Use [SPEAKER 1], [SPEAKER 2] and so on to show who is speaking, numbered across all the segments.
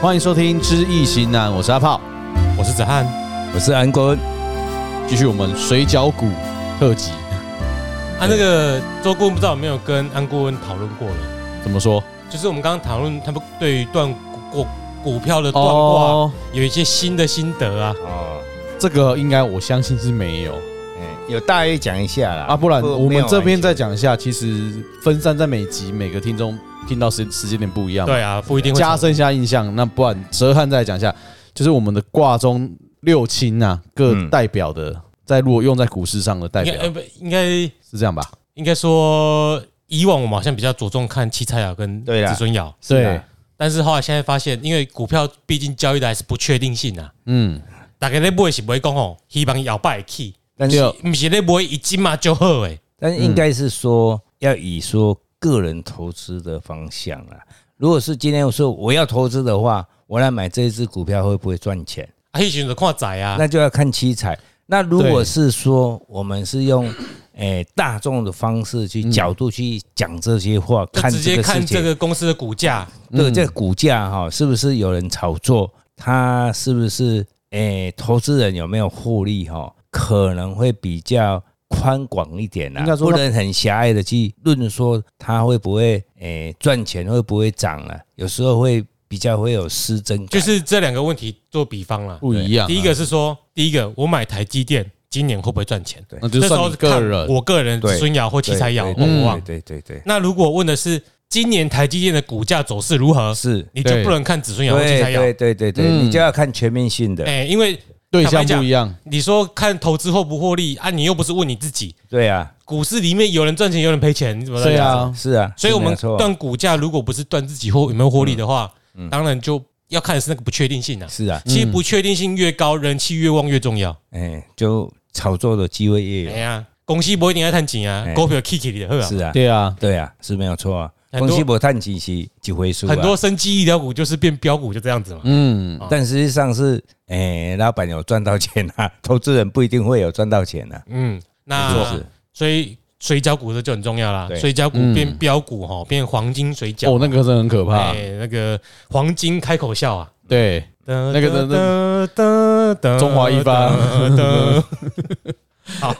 [SPEAKER 1] 欢迎收听《知易行难》，我是阿炮，
[SPEAKER 2] 我是子翰，
[SPEAKER 3] 我是安坤，
[SPEAKER 1] 继续我们水饺股特辑。
[SPEAKER 2] 啊，那个周顾问不知道有没有跟安顾问讨论过了？
[SPEAKER 1] 怎么说？
[SPEAKER 2] 就是我们刚刚讨论他们对于断股股股票的断
[SPEAKER 1] 哦
[SPEAKER 2] 卦有一些新的心得啊。
[SPEAKER 3] 哦，
[SPEAKER 1] 这个应该我相信是没有
[SPEAKER 3] 嗯，有大约讲一下啦。
[SPEAKER 1] 啊，不然我
[SPEAKER 3] 没有
[SPEAKER 1] 们
[SPEAKER 3] 完
[SPEAKER 1] 这边
[SPEAKER 3] 全
[SPEAKER 1] 再讲一下。其实分散在每集每个听众听到时时间点不一样，
[SPEAKER 2] 对啊，不一定会
[SPEAKER 1] 加深一下印象。那不然哲汉再讲一下，就是我们的卦中六亲啊各
[SPEAKER 3] 嗯
[SPEAKER 1] 代表的，在如果用在股市上的代
[SPEAKER 2] 应
[SPEAKER 1] 表
[SPEAKER 2] 该呃不应该
[SPEAKER 1] 是这样吧？
[SPEAKER 2] 应该说，以往我们好像比较着重看七彩爻跟
[SPEAKER 3] 对啦
[SPEAKER 2] 子孙爻，
[SPEAKER 3] 是啊
[SPEAKER 1] 对，
[SPEAKER 2] 但是后来现在发现，因为股票毕竟交易的还是不确定性啊，
[SPEAKER 1] 嗯，
[SPEAKER 2] 大概咧买是不会讲吼，希望摇摆去，
[SPEAKER 3] 但
[SPEAKER 1] 就是
[SPEAKER 2] 不是咧买一斤嘛就好诶。
[SPEAKER 3] 但是应该是说要以说个人投资的方向啦。如果是今天我说我要投资的话，我来买这一只股票会不会赚钱？
[SPEAKER 2] 啊，迄时阵就看仔啊，
[SPEAKER 3] 那就要看七彩。那如果是说我们是用诶、大众的方式去角度去讲这些话，
[SPEAKER 2] 就
[SPEAKER 3] 看
[SPEAKER 2] 直
[SPEAKER 3] 这
[SPEAKER 2] 接
[SPEAKER 3] 个事
[SPEAKER 2] 看这
[SPEAKER 3] 情，
[SPEAKER 2] 个公司的股价。
[SPEAKER 3] 对这个股价哈，是不是有人炒作？它是不是诶、投资人有没有获利哈？可能会比较宽广一点啦啊
[SPEAKER 1] 应该，说
[SPEAKER 3] 不能很狭隘的去论说它会不会诶赚、钱，会不会涨了、有时候会比较会有失真感，
[SPEAKER 2] 就是这两个问题做比方啦。
[SPEAKER 1] 不一样啊。
[SPEAKER 2] 第一个是说，第一个我买台积电今年会不会赚钱？
[SPEAKER 1] 那就
[SPEAKER 2] 那时
[SPEAKER 1] 算
[SPEAKER 2] 候
[SPEAKER 1] 你
[SPEAKER 2] 看
[SPEAKER 1] 个人，嗯
[SPEAKER 2] 我个人
[SPEAKER 3] 对
[SPEAKER 2] 孙瑶或七彩瑶，
[SPEAKER 3] 对
[SPEAKER 2] 我忘。
[SPEAKER 3] 对对对，
[SPEAKER 2] 那如果问的是今年台积电的股价走势如何，
[SPEAKER 3] 是。
[SPEAKER 2] 你就
[SPEAKER 1] 对
[SPEAKER 2] 不能看子孙瑶或七
[SPEAKER 3] 对
[SPEAKER 2] 彩瑶
[SPEAKER 3] 对，对对对，
[SPEAKER 1] 嗯
[SPEAKER 3] 你就要看全面性的，
[SPEAKER 2] 哎，因为
[SPEAKER 1] 对
[SPEAKER 2] 坦白
[SPEAKER 1] 象
[SPEAKER 2] 讲
[SPEAKER 1] 不一样。
[SPEAKER 2] 你说看投资获不获利啊，你又不是问你自己，
[SPEAKER 3] 对啊，
[SPEAKER 2] 股市里面有人赚钱，有人赔钱，你怎么
[SPEAKER 1] 对
[SPEAKER 2] 样？
[SPEAKER 1] 啊，
[SPEAKER 3] 是啊，
[SPEAKER 2] 嗯所以我
[SPEAKER 3] 是
[SPEAKER 2] 们
[SPEAKER 3] 没错啊
[SPEAKER 2] 断股价，如果不是断自己获有没有获利的话，
[SPEAKER 1] 嗯
[SPEAKER 2] 当然就要看的是那个不确定性啊。
[SPEAKER 3] 是啊，
[SPEAKER 2] 其实不确定性越高，人气越旺越重要。
[SPEAKER 3] 哎，就炒作的机会也
[SPEAKER 2] 哎
[SPEAKER 3] 有，
[SPEAKER 2] 呀，公司不一定要趁钱啊，
[SPEAKER 3] 啊哎
[SPEAKER 2] 股票 K K 的，好啊
[SPEAKER 3] 是啊，
[SPEAKER 1] 对啊，
[SPEAKER 3] 对啊，是没有错啊。
[SPEAKER 2] 很
[SPEAKER 3] 公
[SPEAKER 2] 多
[SPEAKER 3] 司博探几是几回数、啊，哦
[SPEAKER 2] 很多生机医疗股就是变标股，就这样子嘛。
[SPEAKER 1] 嗯，
[SPEAKER 3] 但实际上是，哎、老板有赚到钱啊， 投资人不一定会有赚到钱啊。
[SPEAKER 2] 嗯，
[SPEAKER 3] 就
[SPEAKER 2] 那
[SPEAKER 3] 是
[SPEAKER 2] 所以水饺股这就很重要啦。
[SPEAKER 3] 对
[SPEAKER 2] 水饺股
[SPEAKER 1] 嗯
[SPEAKER 2] 变标股哈，变黄金水饺。
[SPEAKER 1] 哦，那个真的很可怕
[SPEAKER 2] 哎，，那个黄金开口笑啊，
[SPEAKER 1] 对，
[SPEAKER 2] 那
[SPEAKER 1] 个真
[SPEAKER 2] 的
[SPEAKER 1] 中华一番。
[SPEAKER 2] 噔
[SPEAKER 3] 好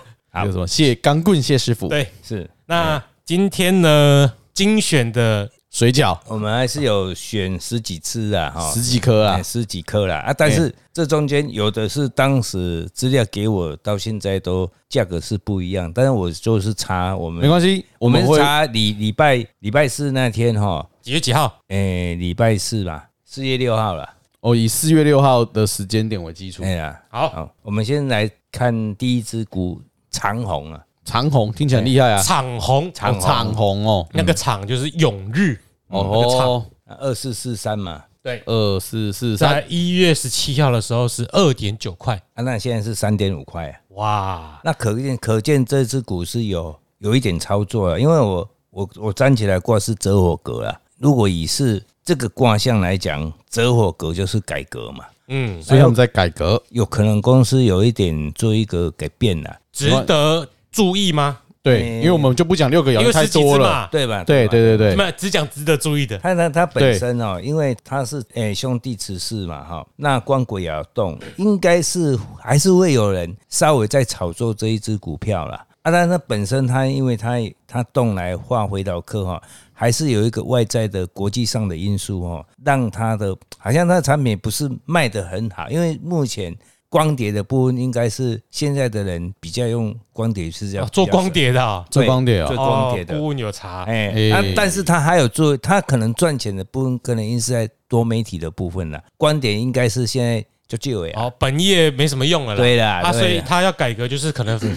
[SPEAKER 1] 有什么谢钢棍谢师傅，
[SPEAKER 2] 对，
[SPEAKER 3] 是
[SPEAKER 2] 那今天呢，精选的
[SPEAKER 1] 水饺
[SPEAKER 3] 我们还是有选十几次啊，哈、
[SPEAKER 1] 十几颗
[SPEAKER 3] 哎
[SPEAKER 1] 啊，
[SPEAKER 3] 十几颗啦啊，但是这中间有的是当时资料给我，到现在都价格是不一样，但是我就是查我
[SPEAKER 1] 没
[SPEAKER 3] 们，
[SPEAKER 1] 关系，我
[SPEAKER 3] 我
[SPEAKER 1] 们
[SPEAKER 3] 们
[SPEAKER 1] 会
[SPEAKER 3] 查礼礼拜礼拜四那天哈，
[SPEAKER 2] 几月几号？
[SPEAKER 3] 哎、礼拜四吧，四月六号了，
[SPEAKER 1] 哦以四月六号的时间点为基础
[SPEAKER 3] 哎。呀，
[SPEAKER 2] 好，
[SPEAKER 3] 好，我们先来看第一只股长虹啊，
[SPEAKER 1] 长虹听起来很厉害啊，
[SPEAKER 2] 哎长虹，
[SPEAKER 3] 长虹
[SPEAKER 1] 哦长虹哦，
[SPEAKER 2] 那个长就是永日，那个
[SPEAKER 1] 哦
[SPEAKER 2] 长
[SPEAKER 3] 二四四三嘛，
[SPEAKER 2] 对，
[SPEAKER 1] 二四四三
[SPEAKER 2] 在一月十七号的时候是二点九块，
[SPEAKER 3] 啊，那现在是三点五块啊，
[SPEAKER 2] 哇，
[SPEAKER 3] 那可见可见这只股是有有一点操作啊，因为我我我站起来卦是折火格啊，如果以是这个卦象来讲，折火格就是改革嘛，
[SPEAKER 2] 嗯，
[SPEAKER 1] 所以他们在改革，
[SPEAKER 2] 哎
[SPEAKER 3] 有可能公司有一点做一个改变啊啦、
[SPEAKER 2] 值得注意吗？
[SPEAKER 1] 对，因为我们就不讲六个
[SPEAKER 2] 因
[SPEAKER 1] 爻
[SPEAKER 2] 为
[SPEAKER 1] 太
[SPEAKER 2] 十几
[SPEAKER 1] 多
[SPEAKER 2] 只
[SPEAKER 1] 了，
[SPEAKER 2] 嘛，
[SPEAKER 3] 对吧？
[SPEAKER 1] 对
[SPEAKER 3] 吧。
[SPEAKER 1] 对对对，
[SPEAKER 2] 那只讲值得注意的，
[SPEAKER 3] 它它它
[SPEAKER 1] 对
[SPEAKER 3] 本身哦，因为它是诶、兄弟慈氏嘛哈，那光鬼也要动，应该是还是会有人稍微在炒作这一只股票啦。啊，但它本身它因为它它动来化回到客哈，还是有一个外在的国际上的因素哦，让它的好像它的产品不是卖得很好，因为目前。光碟的部分应该是现在的人比较用光碟是这样
[SPEAKER 2] 哦做光碟的啊，
[SPEAKER 1] 做光点
[SPEAKER 3] 对
[SPEAKER 1] 哦，
[SPEAKER 3] 做光碟的
[SPEAKER 2] 哦顾问有查，
[SPEAKER 3] 哎、
[SPEAKER 1] 哎
[SPEAKER 3] 啊，但是他还有做，他可能赚钱的部分，可能应是在多媒体的部分啦。观点应该是现在就就尾啊，
[SPEAKER 2] 哦，本业没什么用了啦，
[SPEAKER 3] 对啦，
[SPEAKER 2] 啊，所
[SPEAKER 3] 对
[SPEAKER 2] 以
[SPEAKER 3] 啦嗯
[SPEAKER 2] 他要改革，就是可能嗯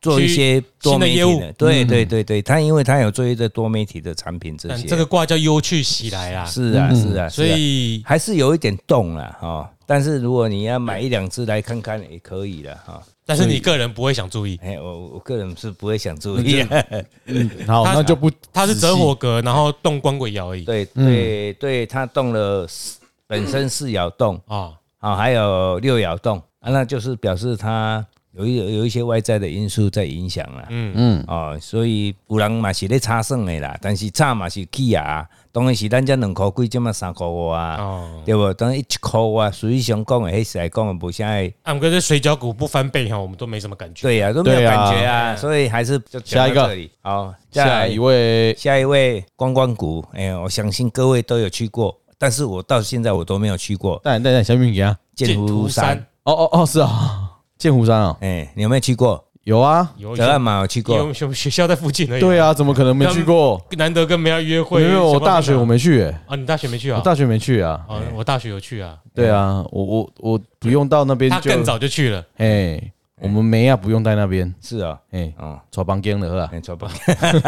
[SPEAKER 3] 做一些多媒体
[SPEAKER 2] 新的业
[SPEAKER 3] 的，对对对对，他因为他有做一个多媒体的产品这
[SPEAKER 2] 嗯
[SPEAKER 3] 些，
[SPEAKER 2] 这个卦叫忧去喜来啦，
[SPEAKER 3] 是啊是啊，
[SPEAKER 2] 所
[SPEAKER 3] 是啊
[SPEAKER 2] 以
[SPEAKER 3] 还是有一点动了哈。哦但是如果你要买一两只来看看也可以了哈。
[SPEAKER 2] 但是你个人不会想注意，
[SPEAKER 3] 哎、我我个人是不会想注意，
[SPEAKER 2] 嗯
[SPEAKER 1] 嗯好，
[SPEAKER 2] 他
[SPEAKER 1] 那就不
[SPEAKER 2] 它是
[SPEAKER 1] 仔
[SPEAKER 2] 折
[SPEAKER 1] 细
[SPEAKER 2] 火格，然后动光鬼爻而已。
[SPEAKER 3] 对对对，他动了四本身是咬动，
[SPEAKER 2] 啊，
[SPEAKER 3] 啊、还有六爻动啊，那就是表示它有一有一些外在的因素在影响啦。嗯嗯，哦，所以有人嘛是咧差算的啦，但是差嘛是起啊，当然是咱遮两箍几，即嘛三箍五啊，
[SPEAKER 2] 哦，
[SPEAKER 3] 对无？当然一箍啊，属于上讲的，迄时来讲的无啥的，
[SPEAKER 2] 俺啊们哥这水饺股不翻倍哈，我们都没什么感觉。
[SPEAKER 3] 对啊，都没有
[SPEAKER 1] 对啊
[SPEAKER 3] 感觉啊，所以还是就讲
[SPEAKER 1] 下一个
[SPEAKER 3] 到这里。好，再
[SPEAKER 1] 下
[SPEAKER 3] 来
[SPEAKER 1] 一位
[SPEAKER 3] 下一位观光谷，哎、我相信各位都有去过，但是我到现在我都没有去过
[SPEAKER 1] 蛋蛋蛋小饼给啊！
[SPEAKER 3] 剑湖山。
[SPEAKER 1] 哦哦哦，是啊，剑湖山哦，
[SPEAKER 3] 哎、你有没有去过？
[SPEAKER 1] 有啊，
[SPEAKER 2] 有
[SPEAKER 3] 德
[SPEAKER 2] 有
[SPEAKER 3] 案嘛有去
[SPEAKER 2] 有
[SPEAKER 3] 过，
[SPEAKER 2] 我们学校在附近而已。
[SPEAKER 1] 对啊，怎么可能没去过？
[SPEAKER 2] 难得跟人家约会，
[SPEAKER 1] 没有，我
[SPEAKER 2] 想办法
[SPEAKER 1] 大学我没去、欸，
[SPEAKER 2] 啊，你大学没去
[SPEAKER 1] 我
[SPEAKER 2] 啊？
[SPEAKER 1] 大学没去啊。
[SPEAKER 2] 哦，我大学有去啊，
[SPEAKER 1] 对啊，我我我不用到那边
[SPEAKER 2] 他
[SPEAKER 1] 就，
[SPEAKER 2] 更早就去了。
[SPEAKER 1] 哎、我们梅亚不用在那边，
[SPEAKER 3] 是哦，
[SPEAKER 1] 哎、
[SPEAKER 3] 哦，
[SPEAKER 1] 找房间了啦，
[SPEAKER 3] 没错吧？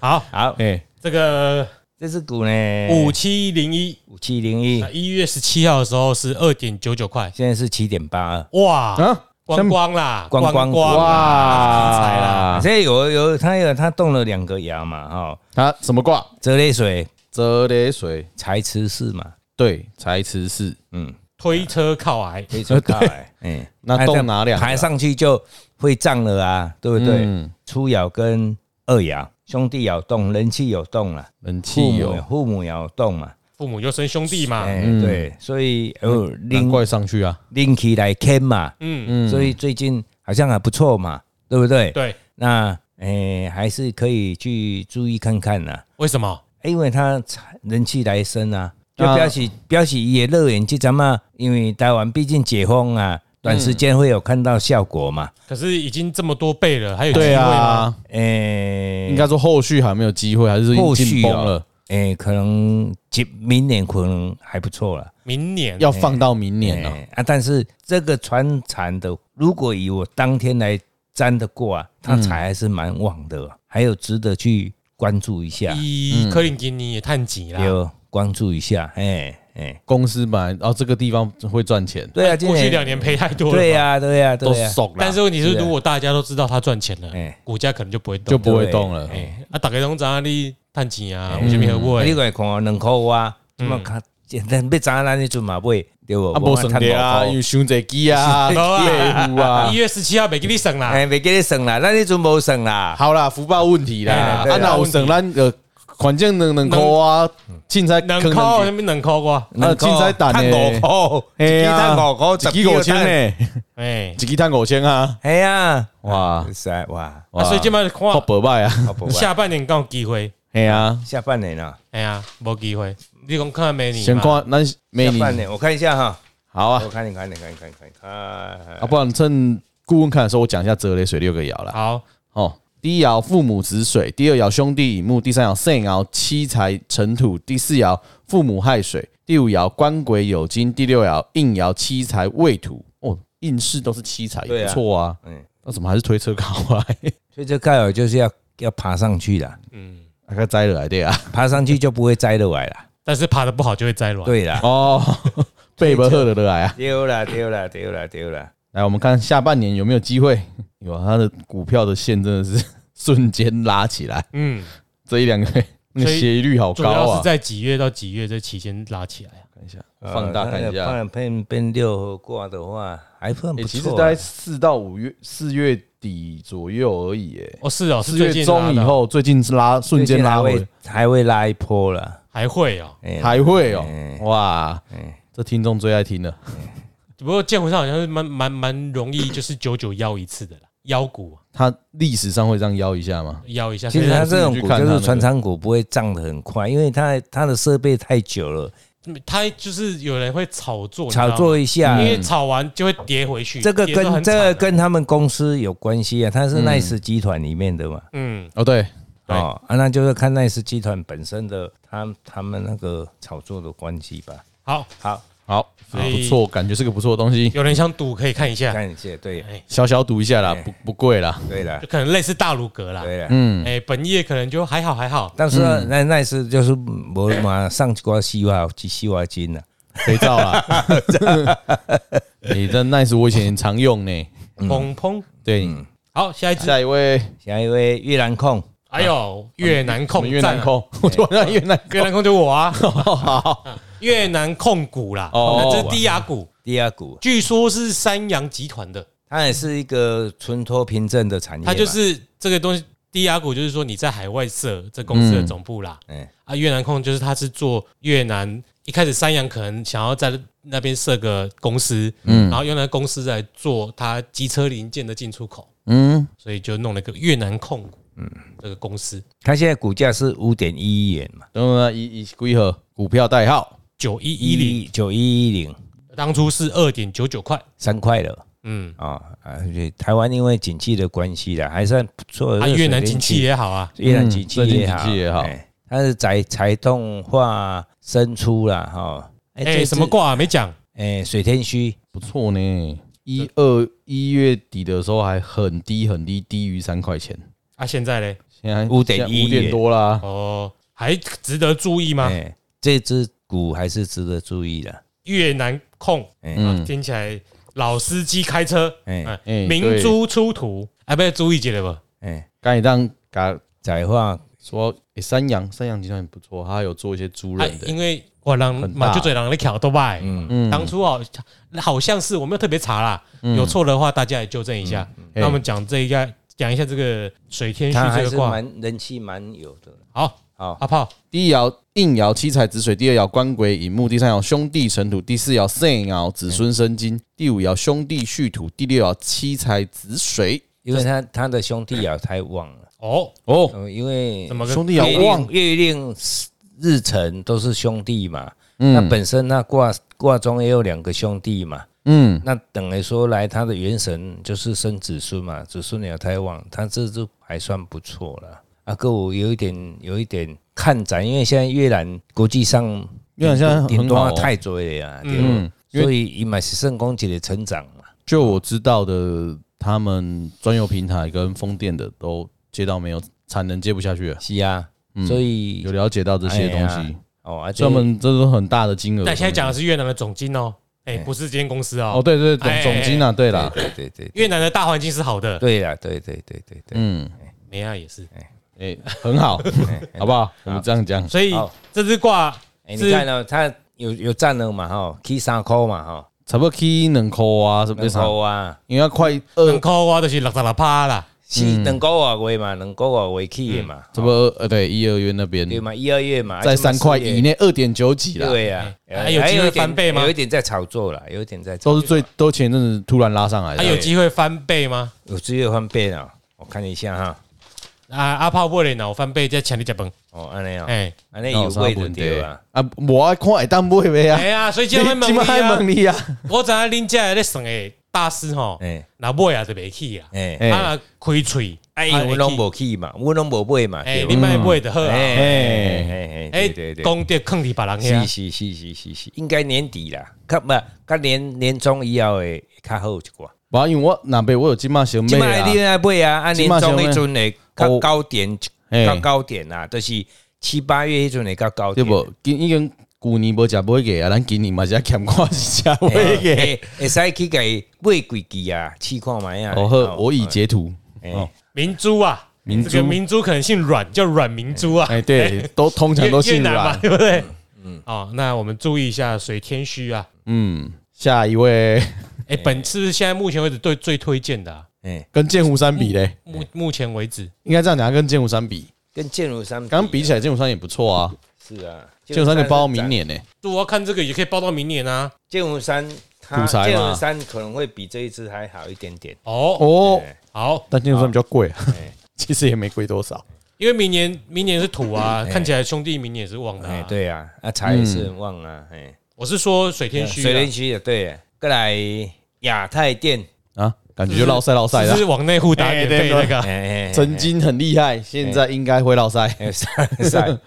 [SPEAKER 2] 好，
[SPEAKER 3] 好，
[SPEAKER 1] 哎、
[SPEAKER 2] 这个
[SPEAKER 3] 这只股呢，
[SPEAKER 2] 五七零一，
[SPEAKER 3] 五七零一
[SPEAKER 2] 那，
[SPEAKER 1] 哎
[SPEAKER 2] 一月十七号的时候是二点九九块，
[SPEAKER 3] 现在是七点八二。
[SPEAKER 2] 哇，
[SPEAKER 1] 啊，
[SPEAKER 2] 光光啦，
[SPEAKER 3] 光光
[SPEAKER 2] 光
[SPEAKER 1] 哇，
[SPEAKER 2] 财
[SPEAKER 1] 啊
[SPEAKER 2] 啦
[SPEAKER 3] 这有有，它有它动了两个爻嘛，哈、哦，
[SPEAKER 1] 它啊什么卦？
[SPEAKER 3] 泽类水
[SPEAKER 1] 泽雷水，
[SPEAKER 3] 财吃势嘛，
[SPEAKER 1] 对，财磁是
[SPEAKER 3] 嗯，
[SPEAKER 2] 推车靠癌，
[SPEAKER 3] 可以说 靠来，哎，
[SPEAKER 1] 那
[SPEAKER 3] 它这样
[SPEAKER 1] 动哪两个啊
[SPEAKER 3] 排上去就会涨了啊，对不对？
[SPEAKER 1] 嗯
[SPEAKER 3] 初爻跟二爻，兄弟爻动，人气有动了，
[SPEAKER 1] 人气
[SPEAKER 3] 父
[SPEAKER 1] 有
[SPEAKER 3] 母，父母爻动嘛，
[SPEAKER 2] 父母又生兄弟嘛，
[SPEAKER 3] 哎、
[SPEAKER 1] 嗯
[SPEAKER 3] 对，所以有
[SPEAKER 1] 难
[SPEAKER 3] 拎
[SPEAKER 1] 怪上去啊，
[SPEAKER 3] 拎起来看嘛，
[SPEAKER 2] 嗯，
[SPEAKER 1] 嗯，
[SPEAKER 3] 所以最近好像还不错嘛，对不对？
[SPEAKER 2] 对，
[SPEAKER 3] 那哎、还是可以去注意看看呐、
[SPEAKER 2] 为什么？
[SPEAKER 3] 因为他人气来生啊，就
[SPEAKER 1] 啊
[SPEAKER 3] 表示、表示也乐园这咱嘛，因为台湾毕竟解封啊，短时间会有看到效果嘛。
[SPEAKER 2] 可是已经这么多倍了，还有机
[SPEAKER 1] 对
[SPEAKER 2] 会吗？
[SPEAKER 1] 啊，
[SPEAKER 3] 诶、
[SPEAKER 1] 应该说后续还没有机会，还是已经
[SPEAKER 3] 哎后
[SPEAKER 1] 紧
[SPEAKER 3] 续
[SPEAKER 1] 绷
[SPEAKER 3] 哦
[SPEAKER 1] 了，
[SPEAKER 3] 诶、可能今明年可能还不错了。
[SPEAKER 2] 明年
[SPEAKER 1] 要放到明年哦。
[SPEAKER 3] 诶啊，但是这个传产的，如果以我当天来占的过啊，
[SPEAKER 1] 嗯
[SPEAKER 3] 它财还是蛮旺的，啊还有值得去关注一下，
[SPEAKER 2] 以科林金尼也探几啦，
[SPEAKER 3] 有关注一下，哎、哎、
[SPEAKER 1] 公司本来哦，这个地方会赚钱，
[SPEAKER 3] 对啊，今
[SPEAKER 2] 过去
[SPEAKER 3] 年
[SPEAKER 2] 两年赔太 多了，
[SPEAKER 3] 对，呀、对呀、
[SPEAKER 1] 都
[SPEAKER 3] 对呀、
[SPEAKER 1] 送了，
[SPEAKER 2] 啊但是问题是，
[SPEAKER 3] 对啊
[SPEAKER 2] 如果大家都知道他赚钱了
[SPEAKER 3] 哎，
[SPEAKER 2] 股价可能就不会动，
[SPEAKER 1] 就不会动了。
[SPEAKER 2] 哎，啊，大家拢知道你探钱
[SPEAKER 1] 哎
[SPEAKER 2] 啊，有什么好
[SPEAKER 3] 啊、你
[SPEAKER 2] 买？
[SPEAKER 3] 过来看两块啊，怎么看？简单要怎咱迄阵嘛买，对无？
[SPEAKER 1] 啊，无算的啊，
[SPEAKER 3] 无趁五哎
[SPEAKER 1] 有伤济机 啊，
[SPEAKER 2] 没啊
[SPEAKER 1] 业务啊
[SPEAKER 2] 一。月十七号没给你省
[SPEAKER 3] 块
[SPEAKER 2] 啦，
[SPEAKER 3] 哎，袂记你算啦，咱迄阵无算啦。
[SPEAKER 1] 好啦，福报问题啦，
[SPEAKER 2] 哎
[SPEAKER 1] 啊，
[SPEAKER 3] 对啊
[SPEAKER 1] 那有算咱呃，反正两两箍啊，凊彩
[SPEAKER 2] 能扣那边能扣过，
[SPEAKER 1] 啊，凊彩等
[SPEAKER 3] 趁五
[SPEAKER 1] 呢，
[SPEAKER 3] 块，
[SPEAKER 1] 哎
[SPEAKER 3] 一支
[SPEAKER 1] 呀
[SPEAKER 3] 趁五块，十
[SPEAKER 1] 一支五千
[SPEAKER 3] 呢？
[SPEAKER 1] 呢，
[SPEAKER 2] 哎
[SPEAKER 1] 一，支趁五千啊，
[SPEAKER 3] 哎呀，
[SPEAKER 1] 哇，
[SPEAKER 3] 是啊，哇，
[SPEAKER 2] 啊，所以今麦
[SPEAKER 1] 好
[SPEAKER 2] 看
[SPEAKER 1] 百拜啊，
[SPEAKER 3] 好不
[SPEAKER 2] 下半年刚有机会，
[SPEAKER 1] 嘿啊，
[SPEAKER 3] 下半年了，
[SPEAKER 2] 哎呀，没机会，你讲看明年
[SPEAKER 1] 先
[SPEAKER 2] 嘛，
[SPEAKER 1] 看咱美
[SPEAKER 3] 下
[SPEAKER 1] 女，
[SPEAKER 3] 半年我看一下哈，
[SPEAKER 1] 好啊
[SPEAKER 3] 我，看你看你看你看你看你看，
[SPEAKER 1] 啊，
[SPEAKER 3] 啊，
[SPEAKER 1] 不然趁顾问看的时候，我讲一下泽雷水六个爻啦。
[SPEAKER 2] 好，
[SPEAKER 1] 哦，第一爻父母子水，第二爻兄弟乙木，第三爻肾爻妻财尘土，第四爻父母亥水，第五爻官鬼酉金，第六爻应爻妻财未土。哦，应试都是妻财，
[SPEAKER 3] 对
[SPEAKER 1] 不
[SPEAKER 3] 啊
[SPEAKER 1] 错啊。
[SPEAKER 3] 嗯，
[SPEAKER 1] 那怎么还是推车靠啊？
[SPEAKER 3] 所以这盖尔就是要要爬上去啦，
[SPEAKER 2] 嗯，
[SPEAKER 1] 大概摘了来对啊。
[SPEAKER 3] 爬上去就不会摘得歪啦，
[SPEAKER 2] 但是爬的不好就会摘卵，
[SPEAKER 3] 对啦，
[SPEAKER 1] 哦，贝伯赫的得来啊。
[SPEAKER 3] 丢啦丢啦丢啦丢啦，
[SPEAKER 1] 来，我们看下半年有没有机会？有啊，他的股票的线真的是 瞬间拉起来，
[SPEAKER 2] 嗯，
[SPEAKER 1] 这一两个月那个
[SPEAKER 2] 所以
[SPEAKER 1] 斜率好
[SPEAKER 2] 主
[SPEAKER 1] 高
[SPEAKER 2] 要
[SPEAKER 1] 啊
[SPEAKER 2] 是。在几月到几月这期间拉起来啊，
[SPEAKER 1] 看一下，
[SPEAKER 3] 呃
[SPEAKER 1] 放大看一下。
[SPEAKER 3] 放变变六合卦的话，还算不
[SPEAKER 1] 欸
[SPEAKER 3] 错啊。
[SPEAKER 1] 其实大概四到五月四月底左右而已、欸，
[SPEAKER 2] 哦，是哦，是
[SPEAKER 1] 四
[SPEAKER 2] 最
[SPEAKER 1] 月
[SPEAKER 2] 近拉
[SPEAKER 1] 中
[SPEAKER 2] 的
[SPEAKER 1] 以后，最近是拉瞬间拉
[SPEAKER 3] 最
[SPEAKER 1] 回
[SPEAKER 3] 近，还会还会拉一波了。
[SPEAKER 2] 还会哦，
[SPEAKER 3] 哎
[SPEAKER 1] 还会哦、
[SPEAKER 3] 哎
[SPEAKER 1] 哇，
[SPEAKER 3] 哎
[SPEAKER 1] 这听众最爱听了，
[SPEAKER 2] 只不过剑湖山好像是蛮蛮蛮容易，就是九九邀一次的啦，邀股
[SPEAKER 1] 他历史上会这样邀一下吗？
[SPEAKER 2] 邀一下。
[SPEAKER 3] 其实它这种
[SPEAKER 1] 去
[SPEAKER 3] 股
[SPEAKER 1] 看它
[SPEAKER 3] 就
[SPEAKER 1] 那
[SPEAKER 3] 是
[SPEAKER 1] 个
[SPEAKER 3] 船长股，不会涨得很快，因为它它的设备太久了，
[SPEAKER 2] 他就是有人会炒作，你知道吗
[SPEAKER 3] 炒，作一下
[SPEAKER 2] 因。为炒完就会跌回
[SPEAKER 1] 嗯
[SPEAKER 2] 去。
[SPEAKER 3] 这个
[SPEAKER 2] 跌得
[SPEAKER 3] 跟
[SPEAKER 2] 很
[SPEAKER 3] 这
[SPEAKER 2] 惨啊
[SPEAKER 3] 个跟他们公司有关系啊，它是
[SPEAKER 1] 嗯
[SPEAKER 3] 奈斯集团里面的嘛，
[SPEAKER 2] 嗯
[SPEAKER 1] 哦，对，
[SPEAKER 2] 对
[SPEAKER 3] 哦，啊，那就是看奈斯集团本身的他他们那个炒作的关系吧。
[SPEAKER 2] 好，
[SPEAKER 3] 好，
[SPEAKER 1] 好，啊
[SPEAKER 2] 所以
[SPEAKER 1] 不错，感觉是个不错的东西，
[SPEAKER 2] 有人想赌可以看一
[SPEAKER 1] 啊
[SPEAKER 2] 下，
[SPEAKER 3] 看一下，对
[SPEAKER 1] 小小赌一下啦，
[SPEAKER 3] 哎
[SPEAKER 1] 不不贵啦，
[SPEAKER 3] 对了
[SPEAKER 2] 就，可能类似大鲁格啦。
[SPEAKER 3] 对了，
[SPEAKER 1] 嗯，
[SPEAKER 2] 哎，本业可能就还好还好，
[SPEAKER 3] 但是啊那那是就是我马上一挂西瓜及西瓜金啊了，
[SPEAKER 1] 肥皂啦，你这 nice 我以前常用呢、
[SPEAKER 3] 嗯
[SPEAKER 2] 砰砰。
[SPEAKER 1] 对，
[SPEAKER 2] 好，下一只，
[SPEAKER 1] 下一位
[SPEAKER 3] 下一位啊越南控，
[SPEAKER 2] 哎呦，越南
[SPEAKER 1] 我
[SPEAKER 2] 控
[SPEAKER 1] 们，越南
[SPEAKER 2] 赞啊，
[SPEAKER 1] 控， 我突然越南
[SPEAKER 2] 越
[SPEAKER 1] 控，
[SPEAKER 2] 南控就我 啊，嗯
[SPEAKER 1] 好，
[SPEAKER 2] 越南控股啦，
[SPEAKER 1] 哦
[SPEAKER 2] 那这是低雅股，
[SPEAKER 3] 第二股，
[SPEAKER 2] 据说是三洋集团的，
[SPEAKER 3] 它也是一个存托凭证的产业嘛，
[SPEAKER 2] 它就是这个东西。低压股就是说你在海外设这公司的总部啦，
[SPEAKER 3] 哎
[SPEAKER 2] 啊，越南控就是它是做越南，一开始三洋可能想要在那边设个公司，嗯，然后用那个公司来做它机车零件的进出口，
[SPEAKER 1] 嗯，
[SPEAKER 2] 所以就弄了个越南控股，嗯，这个公司
[SPEAKER 3] 它现在股价是五点一一元嘛，
[SPEAKER 1] 等等，以以几何股票代号？
[SPEAKER 2] 九一一零，
[SPEAKER 3] 九一一零
[SPEAKER 2] 当初是二点九九块，
[SPEAKER 3] 三块了
[SPEAKER 2] 嗯，
[SPEAKER 3] 啊啊！所以台湾因为景气的关系啦，还算不错。
[SPEAKER 2] 啊，
[SPEAKER 3] 热水
[SPEAKER 2] 越南
[SPEAKER 3] 电
[SPEAKER 2] 景气也好啊，
[SPEAKER 3] 越南景气
[SPEAKER 1] 嗯
[SPEAKER 3] 也好，
[SPEAKER 1] 最近景气也好
[SPEAKER 3] 哎它是财财动画生出啦哈。哎
[SPEAKER 2] 哎，什么？
[SPEAKER 3] 这只
[SPEAKER 2] 挂啊没讲，
[SPEAKER 3] 哎，水天虚，
[SPEAKER 1] 不错呢。一二一月底的时候还很低很低，低于三块钱。
[SPEAKER 2] 啊，现在嘞，
[SPEAKER 1] 现在
[SPEAKER 3] 5.1
[SPEAKER 1] 五点多啦。
[SPEAKER 2] 哦，还值得注意吗？
[SPEAKER 3] 哎，这只股还是值得注意的。
[SPEAKER 2] 越南控，
[SPEAKER 3] 哎
[SPEAKER 2] 啊，听起来老司机开车，
[SPEAKER 3] 哎
[SPEAKER 2] 哎，
[SPEAKER 1] 嗯哎
[SPEAKER 2] 明珠出土，哎，不要注意一下吧。
[SPEAKER 3] 哎，
[SPEAKER 1] 刚才当嘎
[SPEAKER 3] 窄化
[SPEAKER 1] 说，诶三洋三洋集团也不错，他有做一些猪
[SPEAKER 2] 啊
[SPEAKER 1] 人，的。
[SPEAKER 2] 因为我让
[SPEAKER 1] 很大
[SPEAKER 2] 嘛，就嘴让你挑都拜。
[SPEAKER 3] 嗯，
[SPEAKER 1] 嗯
[SPEAKER 2] 当初哦，好像是我没有特别查啦，有错的话大家也纠正一下。
[SPEAKER 1] 嗯
[SPEAKER 2] 那我们讲这一下，讲一下这个水天虚
[SPEAKER 3] 它还
[SPEAKER 2] 这
[SPEAKER 3] 是
[SPEAKER 2] 个卦。
[SPEAKER 3] 蛮人气蛮有的。
[SPEAKER 2] 好，
[SPEAKER 3] 好，
[SPEAKER 2] 阿炮，
[SPEAKER 1] 第一爻应爻七彩子水，第二爻官鬼引木，第三爻兄弟成土，第四爻圣爻子孙生金，第五爻兄弟续土，第六爻七彩子水。
[SPEAKER 3] 因为它它的兄弟爻太旺了，
[SPEAKER 2] 哦，
[SPEAKER 1] 哦，
[SPEAKER 3] 呃因为
[SPEAKER 2] 怎么个
[SPEAKER 1] 兄弟
[SPEAKER 3] 月
[SPEAKER 1] 爻旺
[SPEAKER 3] 令月令日辰都是兄弟嘛，那本身那卦卦中也有两个兄弟嘛，
[SPEAKER 1] 嗯，
[SPEAKER 3] 那等于说来他的元神就是生子孙嘛，子孙也太旺，他这就还算不错了。啊，哥，我有一点有一点看展，因为现在越南国际上
[SPEAKER 1] 越南现在
[SPEAKER 3] 顶
[SPEAKER 1] 很好
[SPEAKER 3] 多
[SPEAKER 1] 哦。
[SPEAKER 3] 太多了啦，对吧
[SPEAKER 1] 嗯，因
[SPEAKER 3] 所
[SPEAKER 1] 为
[SPEAKER 3] 以伊嘛是圣公姐的成长嘛，
[SPEAKER 1] 就我知道的，他们专有平台跟风电的都接到没有产能接不下去了，
[SPEAKER 3] 是啊，所以
[SPEAKER 1] 有了解到这些东
[SPEAKER 3] 哎
[SPEAKER 1] 西
[SPEAKER 3] 呀，哦，啊，
[SPEAKER 1] 所以他们这都很大的金额。
[SPEAKER 2] 但现在讲的是越南的总金哦，哎，不是这间公司
[SPEAKER 1] 哦，
[SPEAKER 2] 哦。
[SPEAKER 1] 对对
[SPEAKER 2] 哎
[SPEAKER 1] 对，
[SPEAKER 2] 哎哎
[SPEAKER 1] 总总金啊，对啦，
[SPEAKER 3] 对对对
[SPEAKER 2] 越南的大环境是好的，
[SPEAKER 3] 对啦，对对对对对，
[SPEAKER 1] 嗯，
[SPEAKER 2] 美亚也是，
[SPEAKER 1] 哎，很好， 好不好？我们这样讲，
[SPEAKER 2] 所以
[SPEAKER 3] 哎好
[SPEAKER 2] 这只卦
[SPEAKER 3] 哎、
[SPEAKER 2] 是
[SPEAKER 3] 你看到、它有有站了嘛哈，起三块嘛哈，
[SPEAKER 1] 差不多 key 能扣啊，什么
[SPEAKER 3] 两
[SPEAKER 1] 啥
[SPEAKER 3] 块，啊，
[SPEAKER 1] 因为要快
[SPEAKER 2] 两
[SPEAKER 1] 二，
[SPEAKER 2] 块我都是六十六趴啦，
[SPEAKER 3] 是两个外月嘛，两个外月起的嘛，
[SPEAKER 1] 差不多呃，对，一二月那边
[SPEAKER 3] 对嘛，一二月嘛，
[SPEAKER 1] 在三块以
[SPEAKER 3] 内，
[SPEAKER 1] 内，二点九几啦，
[SPEAKER 3] 对呀、
[SPEAKER 2] 哎还有机会
[SPEAKER 3] 一点
[SPEAKER 2] 翻倍吗
[SPEAKER 3] 有一点在炒作了，有一点在炒
[SPEAKER 1] 都是最都前阵子突然拉上来
[SPEAKER 2] 还啊有
[SPEAKER 1] 的，
[SPEAKER 2] 机会翻倍吗？
[SPEAKER 3] 有机会翻倍了，我看一下哈，
[SPEAKER 2] 啊，阿炮不能脑翻倍，再请你食饭，
[SPEAKER 3] 哦，安尼哦，
[SPEAKER 2] 哎。
[SPEAKER 3] 安尼
[SPEAKER 1] 那
[SPEAKER 3] 有
[SPEAKER 1] 有啥
[SPEAKER 3] 贵的
[SPEAKER 1] 问
[SPEAKER 3] 对
[SPEAKER 1] 题
[SPEAKER 3] 啊
[SPEAKER 1] 啊，？我爱看会当买未啊
[SPEAKER 2] 哎？呀，所以今
[SPEAKER 1] 你
[SPEAKER 2] 晚问
[SPEAKER 1] 今
[SPEAKER 2] 你
[SPEAKER 1] 晚还
[SPEAKER 2] 啊
[SPEAKER 1] 问，你啊？
[SPEAKER 2] 我知影恁遮咧算的大师吼，
[SPEAKER 3] 哎
[SPEAKER 2] 那买也就袂起啊，
[SPEAKER 3] 哎
[SPEAKER 1] 哎
[SPEAKER 3] 哎，
[SPEAKER 2] 啊若开喙，哎
[SPEAKER 3] 我啊拢，无去嘛，我拢无买嘛，
[SPEAKER 2] 哎，
[SPEAKER 3] 对
[SPEAKER 2] 你
[SPEAKER 3] 吧？
[SPEAKER 2] 卖买就好
[SPEAKER 3] 哎
[SPEAKER 2] 啊，
[SPEAKER 3] 哎哎哎，
[SPEAKER 2] 哎
[SPEAKER 3] 对对，对。
[SPEAKER 2] 功德坑伫别人
[SPEAKER 3] 是
[SPEAKER 1] 啊
[SPEAKER 2] 遐，
[SPEAKER 3] 是是是是是，应该年底啦，较不较年年中以后会较好一寡。
[SPEAKER 1] 无，因为我若边我有即马想
[SPEAKER 3] 即
[SPEAKER 1] 买
[SPEAKER 3] 摆你
[SPEAKER 1] 啊，
[SPEAKER 3] 爱买啊，啊
[SPEAKER 1] 即
[SPEAKER 3] 年
[SPEAKER 1] 摆
[SPEAKER 3] 中
[SPEAKER 1] 想买
[SPEAKER 3] 迄阵会较高点，
[SPEAKER 1] 嘿
[SPEAKER 3] 较高点啊，就是七八月迄阵会较高
[SPEAKER 1] 对
[SPEAKER 3] 点。
[SPEAKER 1] 无？今已经旧年无食买个啊，咱今年嘛是要欠看是食买
[SPEAKER 3] 嘿？
[SPEAKER 1] 个。
[SPEAKER 3] 嘿会使去给买几支啊，试看卖啊。
[SPEAKER 1] 哦好，我已截图。
[SPEAKER 3] 哎
[SPEAKER 1] 哦，
[SPEAKER 2] 明珠啊，
[SPEAKER 1] 明
[SPEAKER 2] 这个
[SPEAKER 1] 珠
[SPEAKER 2] 明珠可能姓阮，叫阮明珠啊，
[SPEAKER 1] 哎，对，都通常
[SPEAKER 2] 越
[SPEAKER 1] 都
[SPEAKER 2] 越
[SPEAKER 1] 姓
[SPEAKER 2] 南嘛，
[SPEAKER 1] 阮。
[SPEAKER 2] 对不对？嗯，哦，那我们注意一下水天虚啊，
[SPEAKER 1] 嗯，下一位
[SPEAKER 2] 哎，本次现在目前为止最最推荐的啊，
[SPEAKER 3] 哎，
[SPEAKER 1] 跟剑湖山比嘞，
[SPEAKER 2] 目目前为止，
[SPEAKER 1] 应该这样讲，跟剑湖山比，
[SPEAKER 3] 跟建如山
[SPEAKER 1] 刚刚比起来剑湖山也不错啊。
[SPEAKER 3] 是啊，
[SPEAKER 1] 剑湖山就包到明。年呢，
[SPEAKER 2] 如果要看这个也可以报到明年啊，
[SPEAKER 3] 建如山，它
[SPEAKER 1] 土财嘛
[SPEAKER 3] 建如山可能会比这一支还好一点点。
[SPEAKER 2] 哦，
[SPEAKER 1] 哦，
[SPEAKER 3] 哎
[SPEAKER 2] 好，
[SPEAKER 1] 但剑湖山比较贵啊
[SPEAKER 3] 哎，
[SPEAKER 1] 其实也没贵多少。
[SPEAKER 2] 因为明年明年是土啊，看起来兄弟明年也是旺的
[SPEAKER 3] 哎
[SPEAKER 2] 啊，，
[SPEAKER 3] 对啊，啊财也
[SPEAKER 1] 嗯
[SPEAKER 3] 是很旺啊，哎，
[SPEAKER 2] 我是说水天虚啊，
[SPEAKER 3] 水莲区也对，过来亚太店，
[SPEAKER 1] 啊，感觉就绕赛绕赛
[SPEAKER 2] 就是
[SPEAKER 1] 的，啊
[SPEAKER 2] 往内户打免费那个啊。
[SPEAKER 3] 哎，哎
[SPEAKER 1] 曾经很厉害，现在应该会绕赛。
[SPEAKER 3] 哎三三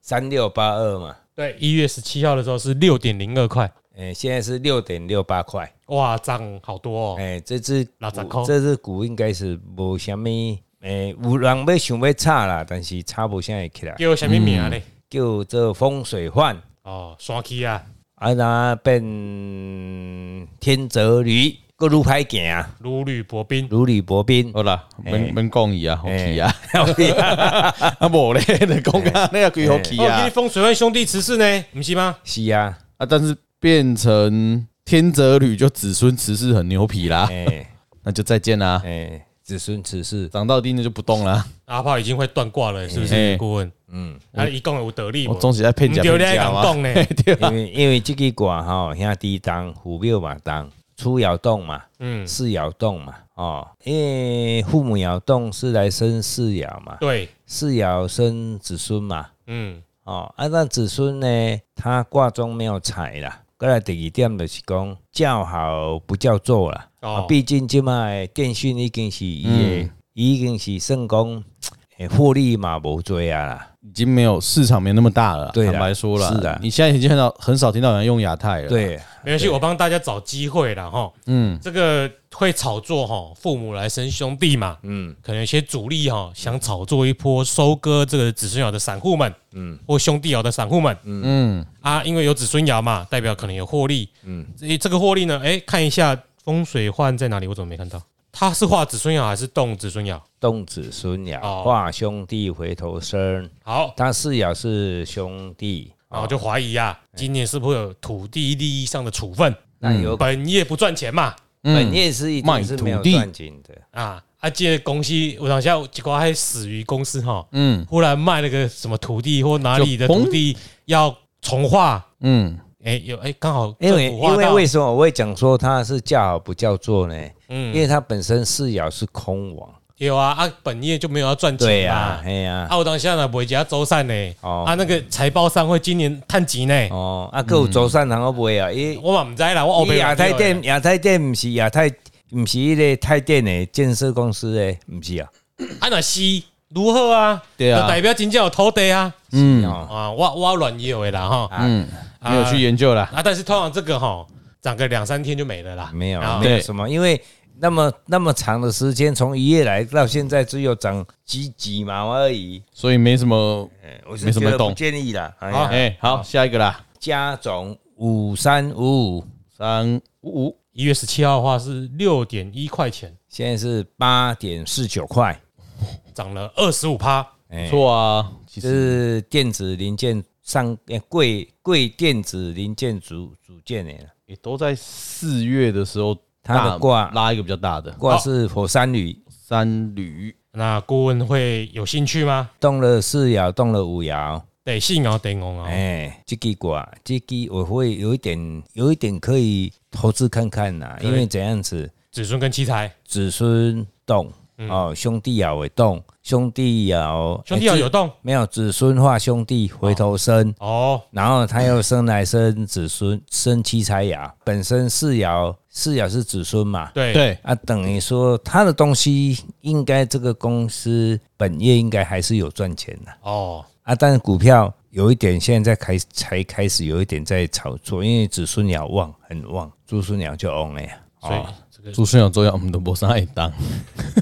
[SPEAKER 3] 三六八二嘛，
[SPEAKER 2] 对，一月十七号的时候是六点零二块，
[SPEAKER 3] 哎、现在是六点六八块，
[SPEAKER 2] 哇，涨好多
[SPEAKER 3] 哎、
[SPEAKER 2] 哦。
[SPEAKER 3] 这只股
[SPEAKER 2] 60块
[SPEAKER 3] 这只股应该是无虾米，哎、有人要想要炒啦，但是炒无啥会起来，
[SPEAKER 2] 给我什么名啊
[SPEAKER 1] 嗯
[SPEAKER 2] 嘞？
[SPEAKER 3] 叫做风水患，
[SPEAKER 2] 哦，山起啊，
[SPEAKER 3] 啊，那变天泽驴，各路歹行啊，
[SPEAKER 2] 如履薄冰。
[SPEAKER 3] 如履薄
[SPEAKER 2] 哦
[SPEAKER 3] 冰。
[SPEAKER 1] 好啦，免免讲伊啊，好
[SPEAKER 3] 哎
[SPEAKER 1] 去啊， 啊无咧，你讲啊，那个鬼好去
[SPEAKER 2] 哦，今
[SPEAKER 1] 啊
[SPEAKER 2] 天，风水湾兄弟慈氏呢，不是吗？
[SPEAKER 3] 是啊，
[SPEAKER 1] 啊，但是变成天泽旅就子孙慈氏很牛皮啦，
[SPEAKER 3] 哎、
[SPEAKER 1] 那就再见啦，
[SPEAKER 3] 哎，子孙此事，
[SPEAKER 1] 涨到一定的就不动啦。
[SPEAKER 2] 阿炮已经会断卦了，是不
[SPEAKER 1] 嘿
[SPEAKER 2] 是？顾问，
[SPEAKER 3] 嗯，
[SPEAKER 2] 他一共有得力
[SPEAKER 1] 哎我
[SPEAKER 2] 吗，
[SPEAKER 1] 总是在骗假
[SPEAKER 2] 丢
[SPEAKER 1] 骗
[SPEAKER 2] 在
[SPEAKER 1] 假
[SPEAKER 2] 港
[SPEAKER 1] 嘛，
[SPEAKER 2] 洞呢，
[SPEAKER 1] 对
[SPEAKER 3] 因为 因为这个卦哈，兄弟当虎庙嘛当，初爻动嘛，
[SPEAKER 2] 嗯，
[SPEAKER 3] 四爻动嘛，哦，因为父母爻动是来生四爻嘛，
[SPEAKER 2] 对，
[SPEAKER 3] 四爻生子孙嘛，
[SPEAKER 2] 嗯，
[SPEAKER 3] 哦，啊，那子孙呢，他卦中没有财啦。过来第二点就是讲叫好不叫座啦，啊
[SPEAKER 2] 哦，嗯
[SPEAKER 3] 毕竟即卖电讯已经是伊的，伊已经是算讲诶获利嘛无多啊啦，
[SPEAKER 1] 已经没有市场没那么大了啦。
[SPEAKER 3] 对啦
[SPEAKER 1] 坦白说了，
[SPEAKER 3] 是的
[SPEAKER 1] 你现在已经很少很少听到有人用亚太
[SPEAKER 2] 啊
[SPEAKER 1] 了。，
[SPEAKER 3] 对，
[SPEAKER 2] 没关系，我帮大家找机会了哈。
[SPEAKER 1] 嗯，
[SPEAKER 2] 这个会炒作哈，父母来生兄弟嘛，
[SPEAKER 3] 嗯
[SPEAKER 2] 可能有些主力哈想炒作一波收割这个子孙爻的散户们，
[SPEAKER 3] 嗯
[SPEAKER 2] 嗯，或兄弟爻的散户们，
[SPEAKER 1] 嗯，
[SPEAKER 2] 啊，因为有子孙爻嘛，代表可能有获利，
[SPEAKER 3] 嗯
[SPEAKER 2] 嗯，这这个获利呢，哎，看一下风水换在哪里，我怎么没看到？他是画子孙爻还是动子孙爻？
[SPEAKER 3] 动子孙爻
[SPEAKER 2] 哦
[SPEAKER 3] 化兄弟回头生，
[SPEAKER 2] 好，
[SPEAKER 3] 他四爻是兄弟，
[SPEAKER 2] 然后就怀疑啊，今年是不是有土地利益上的处分？
[SPEAKER 3] 那有
[SPEAKER 2] 本业不赚钱嘛，
[SPEAKER 1] 嗯
[SPEAKER 3] 本业是一定是没有
[SPEAKER 1] 卖土地
[SPEAKER 3] 赚钱的，
[SPEAKER 2] 啊啊，这个公司我等一下结果还死于公司哈，
[SPEAKER 1] 嗯
[SPEAKER 2] 忽然卖了个什么土地或哪里的
[SPEAKER 1] 就嘣
[SPEAKER 2] 土地要重化，
[SPEAKER 1] 嗯，
[SPEAKER 2] 哎、有哎刚、好
[SPEAKER 3] 因为
[SPEAKER 2] 政府划
[SPEAKER 3] 因为
[SPEAKER 2] 到
[SPEAKER 3] 为什么我会讲说他是叫好不叫座呢？因
[SPEAKER 2] 嗯
[SPEAKER 3] 为他本身四爻是空亡，
[SPEAKER 2] 有啊啊本业就没有要赚
[SPEAKER 3] 对
[SPEAKER 2] 钱
[SPEAKER 3] 呀，
[SPEAKER 2] 嘛，
[SPEAKER 3] 哎呀，
[SPEAKER 2] 啊我当下呢不会加周善呢，
[SPEAKER 3] 哦
[SPEAKER 2] 啊那个财报上会今年探钱呢，
[SPEAKER 3] 哦，啊，还有周善堂我买啊，
[SPEAKER 1] 嗯
[SPEAKER 3] 伊
[SPEAKER 1] 哦
[SPEAKER 2] 我嘛唔知啦，我
[SPEAKER 3] 伊亚太店亚太店毋是亚太，毋是迄个泰电的建设公司的，毋是啊，
[SPEAKER 2] 啊那是如何啊？
[SPEAKER 1] 对啊
[SPEAKER 2] 就代表真正有土地啊，
[SPEAKER 3] 嗯，
[SPEAKER 2] 啊我我乱以为啦哈，
[SPEAKER 1] 嗯，
[SPEAKER 2] 啊
[SPEAKER 1] 没有去研究啦。
[SPEAKER 2] 啊但是通常这个哈涨个两三天就没了啦，
[SPEAKER 3] 没有
[SPEAKER 2] 啊
[SPEAKER 3] 没有
[SPEAKER 1] 对
[SPEAKER 3] 什么，因为那么那么长的时间，从一夜来到现在只有涨几几毛而已，
[SPEAKER 1] 所以没什么。
[SPEAKER 3] 哎我是
[SPEAKER 1] 没什么
[SPEAKER 3] 觉得不
[SPEAKER 1] 动
[SPEAKER 3] 建议啦。哎呀
[SPEAKER 2] 好
[SPEAKER 1] 哎，好，下一个啦，
[SPEAKER 3] 加总五三五五，
[SPEAKER 1] 三五五，
[SPEAKER 2] 一月十七号的话是六点一块钱，
[SPEAKER 3] 现在是八点四九块，
[SPEAKER 2] 涨了二十五趴。
[SPEAKER 3] 哎
[SPEAKER 1] 不错啊，其
[SPEAKER 3] 这
[SPEAKER 1] 实
[SPEAKER 3] 是电子零件上呃贵贵电子零件组组件的啦。
[SPEAKER 1] 也都在四月的时候，
[SPEAKER 3] 它的
[SPEAKER 1] 大
[SPEAKER 3] 卦
[SPEAKER 1] 拉一个比较大的
[SPEAKER 3] 卦是火山旅，
[SPEAKER 1] 三驴，
[SPEAKER 2] 那顾问会有兴趣吗？
[SPEAKER 3] 动了四爻，动了五爻，
[SPEAKER 2] 得信哦，得翁哦。
[SPEAKER 3] 哎，这个卦，这个我会有一点，有一点可以投资看看啦，
[SPEAKER 2] 可以
[SPEAKER 3] 因为怎样子，
[SPEAKER 2] 子孙跟七财，
[SPEAKER 3] 子孙动哦，兄弟爻会动，兄弟爻，
[SPEAKER 2] 兄弟要
[SPEAKER 3] 哎
[SPEAKER 2] 有
[SPEAKER 3] 子
[SPEAKER 2] 动
[SPEAKER 3] 没有子孙化兄弟回头生。
[SPEAKER 2] 哦。
[SPEAKER 3] 然后他又生来生子孙，生七财爻，本身四爻，四爻是子孙嘛，
[SPEAKER 2] 对，
[SPEAKER 1] 对，
[SPEAKER 3] 啊，等于说他的东西应该这个公司本业应该还是有赚钱的
[SPEAKER 2] 哦，
[SPEAKER 3] 啊，但是股票有一点现在开才开始有一点在炒作，因为子孙鸟旺很旺，朱孙鸟就旺了呀。
[SPEAKER 2] 所以
[SPEAKER 3] 哦，
[SPEAKER 2] 这个
[SPEAKER 1] 朱顺有重要，我们都没啥也当，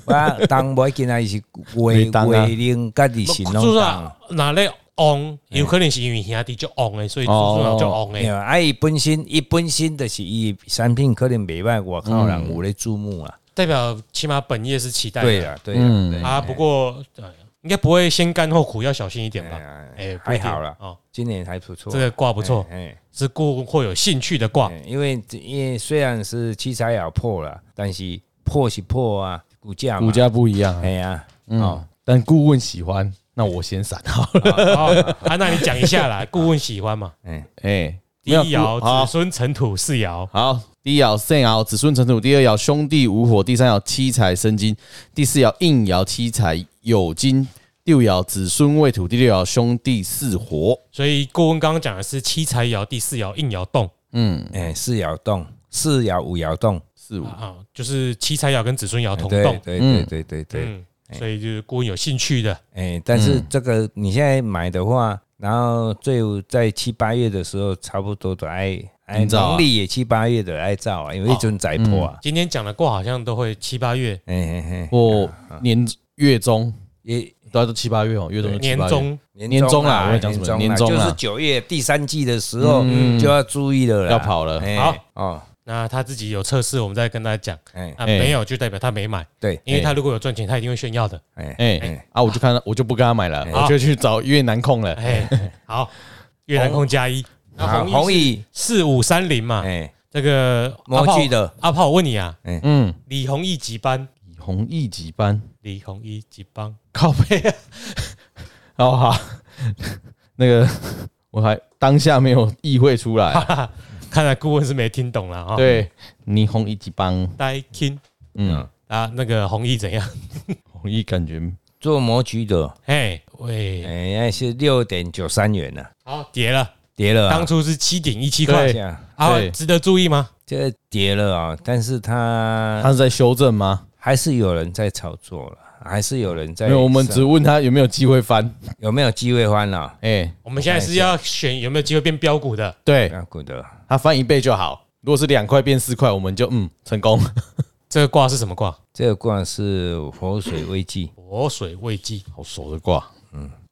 [SPEAKER 3] 我当我今仔啊是
[SPEAKER 1] 没
[SPEAKER 3] 为
[SPEAKER 1] 当啊
[SPEAKER 3] 为令家己行
[SPEAKER 2] 朱
[SPEAKER 3] 动哎当
[SPEAKER 2] 啊，，哪类翁，有可能是因为兄弟就翁诶，所以朱
[SPEAKER 1] 哦
[SPEAKER 2] 顺就翁
[SPEAKER 3] 没
[SPEAKER 2] 诶。
[SPEAKER 3] 有啊，伊本身伊本身就是伊产品可能袂歹，我靠
[SPEAKER 1] 嗯
[SPEAKER 3] 人有咧注目啊。
[SPEAKER 2] 代表起码本业是期待
[SPEAKER 3] 对
[SPEAKER 2] 的
[SPEAKER 3] 啊，对
[SPEAKER 1] 嗯
[SPEAKER 3] 啊，对啊，
[SPEAKER 2] 啊。不过呃应该不会先干后苦，要小心一点吧
[SPEAKER 3] 哎呀。
[SPEAKER 2] 哎，
[SPEAKER 3] 还好啦
[SPEAKER 2] 哦，
[SPEAKER 3] 今年还不错，
[SPEAKER 2] 这个卦不错，
[SPEAKER 3] 哎。
[SPEAKER 2] 是顾问会有兴趣的卦。
[SPEAKER 3] 嗯因为因为虽然是七彩咬破了，但是破是破啊，股价嘛
[SPEAKER 1] 股，价不一样啊
[SPEAKER 3] 哎。呀，
[SPEAKER 1] 嗯，但顾问喜欢，那我先闪好了。
[SPEAKER 2] 好啊，那你讲一下啦，顾问喜欢嘛？
[SPEAKER 1] 哎，
[SPEAKER 2] 第
[SPEAKER 1] 没有
[SPEAKER 2] 一爻
[SPEAKER 1] 顾好
[SPEAKER 2] 子孙辰土四爻，
[SPEAKER 1] 好，第一爻肾爻子孙成土，第二爻兄弟无火，第三爻七财生金，第四爻应爻七财有金，第五爻子孙未土，第六爻兄弟巳火。
[SPEAKER 2] 所以顾问刚刚讲的是七财爻、第四爻、应爻动
[SPEAKER 1] 嗯，
[SPEAKER 3] 哎，四爻动，四爻五爻动，
[SPEAKER 1] 四五
[SPEAKER 2] 啊，就是七财爻跟子孙爻同
[SPEAKER 3] 哎对
[SPEAKER 2] 动。
[SPEAKER 3] 对对
[SPEAKER 1] 嗯
[SPEAKER 3] 对对对，
[SPEAKER 2] 嗯，所以就是顾问有兴趣的，
[SPEAKER 3] 哎，但
[SPEAKER 1] 嗯
[SPEAKER 3] 是这个你现在买的话，然后最后在七八月的时候，差不多都爱哎，
[SPEAKER 1] 你知道啊
[SPEAKER 3] 农历也七八月的爱照啊，因为一阵宰破啊，
[SPEAKER 2] 今天讲的卦好像都会七八月、
[SPEAKER 1] 嗯
[SPEAKER 3] 哎哎哎，
[SPEAKER 1] 或年月中，
[SPEAKER 3] 也
[SPEAKER 1] 大家都七八月哦，月中就七
[SPEAKER 2] 年
[SPEAKER 1] 八月。
[SPEAKER 2] 中，
[SPEAKER 1] 年终啦我在讲什么
[SPEAKER 3] 年
[SPEAKER 1] 年终
[SPEAKER 3] 终啦就
[SPEAKER 1] 啦嗯
[SPEAKER 3] 是九月第三季的时候就要注意了啦，
[SPEAKER 1] 要跑了
[SPEAKER 3] 哎
[SPEAKER 2] 好
[SPEAKER 3] 哦，
[SPEAKER 2] 那他自己有测试，我们再跟大家讲。
[SPEAKER 3] 哎
[SPEAKER 2] 啊，
[SPEAKER 1] 哎
[SPEAKER 2] 没有就代表他没买，
[SPEAKER 3] 对，
[SPEAKER 2] 因为他如果有赚钱，他一定会炫耀的。
[SPEAKER 3] 哎
[SPEAKER 1] 哎、
[SPEAKER 3] 哎
[SPEAKER 1] 啊，我就看到，我就不跟他买了，
[SPEAKER 2] 好
[SPEAKER 1] 我就去找越南控了。
[SPEAKER 2] 哎哎，好，越南控加一，那
[SPEAKER 3] 好
[SPEAKER 2] 红
[SPEAKER 3] 红
[SPEAKER 2] 衣
[SPEAKER 3] 衣，
[SPEAKER 1] 啊
[SPEAKER 2] 四五三零嘛，
[SPEAKER 3] 哎，
[SPEAKER 2] 这个
[SPEAKER 3] 模具的
[SPEAKER 2] 阿炮，阿炮我问你啊，
[SPEAKER 1] 嗯，
[SPEAKER 2] 李弘毅几班？
[SPEAKER 1] 李弘毅几班？
[SPEAKER 2] 李弘毅几班？
[SPEAKER 1] 靠背啊！ 哦好，那个我还当下没有意会出来。
[SPEAKER 2] 看来顾问是没听懂了哈。，
[SPEAKER 1] 对，李弘毅几班？
[SPEAKER 2] 呆 king
[SPEAKER 1] 嗯，
[SPEAKER 2] 啊，那个弘毅怎样？
[SPEAKER 1] 弘毅感觉
[SPEAKER 3] 做模具的，
[SPEAKER 2] 嘿，喂，
[SPEAKER 3] 哎、那是六点九三元呢、啊，
[SPEAKER 2] 好，跌了，
[SPEAKER 3] 跌了、啊，
[SPEAKER 2] 当初是七点一七块
[SPEAKER 1] 对，
[SPEAKER 3] 这样
[SPEAKER 2] 啊
[SPEAKER 1] 对，
[SPEAKER 2] 值得注意吗？
[SPEAKER 3] 这跌了啊、但是它
[SPEAKER 1] 他是在修正吗？
[SPEAKER 3] 还是有人在炒作了，还是有人在
[SPEAKER 1] 没有，我们只问他有没有机会翻。
[SPEAKER 3] 有没有机会翻了、
[SPEAKER 1] 哎，
[SPEAKER 2] 我们现在是要选有没有机会变标股的，
[SPEAKER 1] 对
[SPEAKER 3] 那股的
[SPEAKER 1] 他翻一倍就好。如果是两块变四块，我们就嗯成功。
[SPEAKER 2] 这个卦是什么卦？
[SPEAKER 3] 这个卦是活水危机，
[SPEAKER 2] 火水未济，
[SPEAKER 1] 好熟的卦，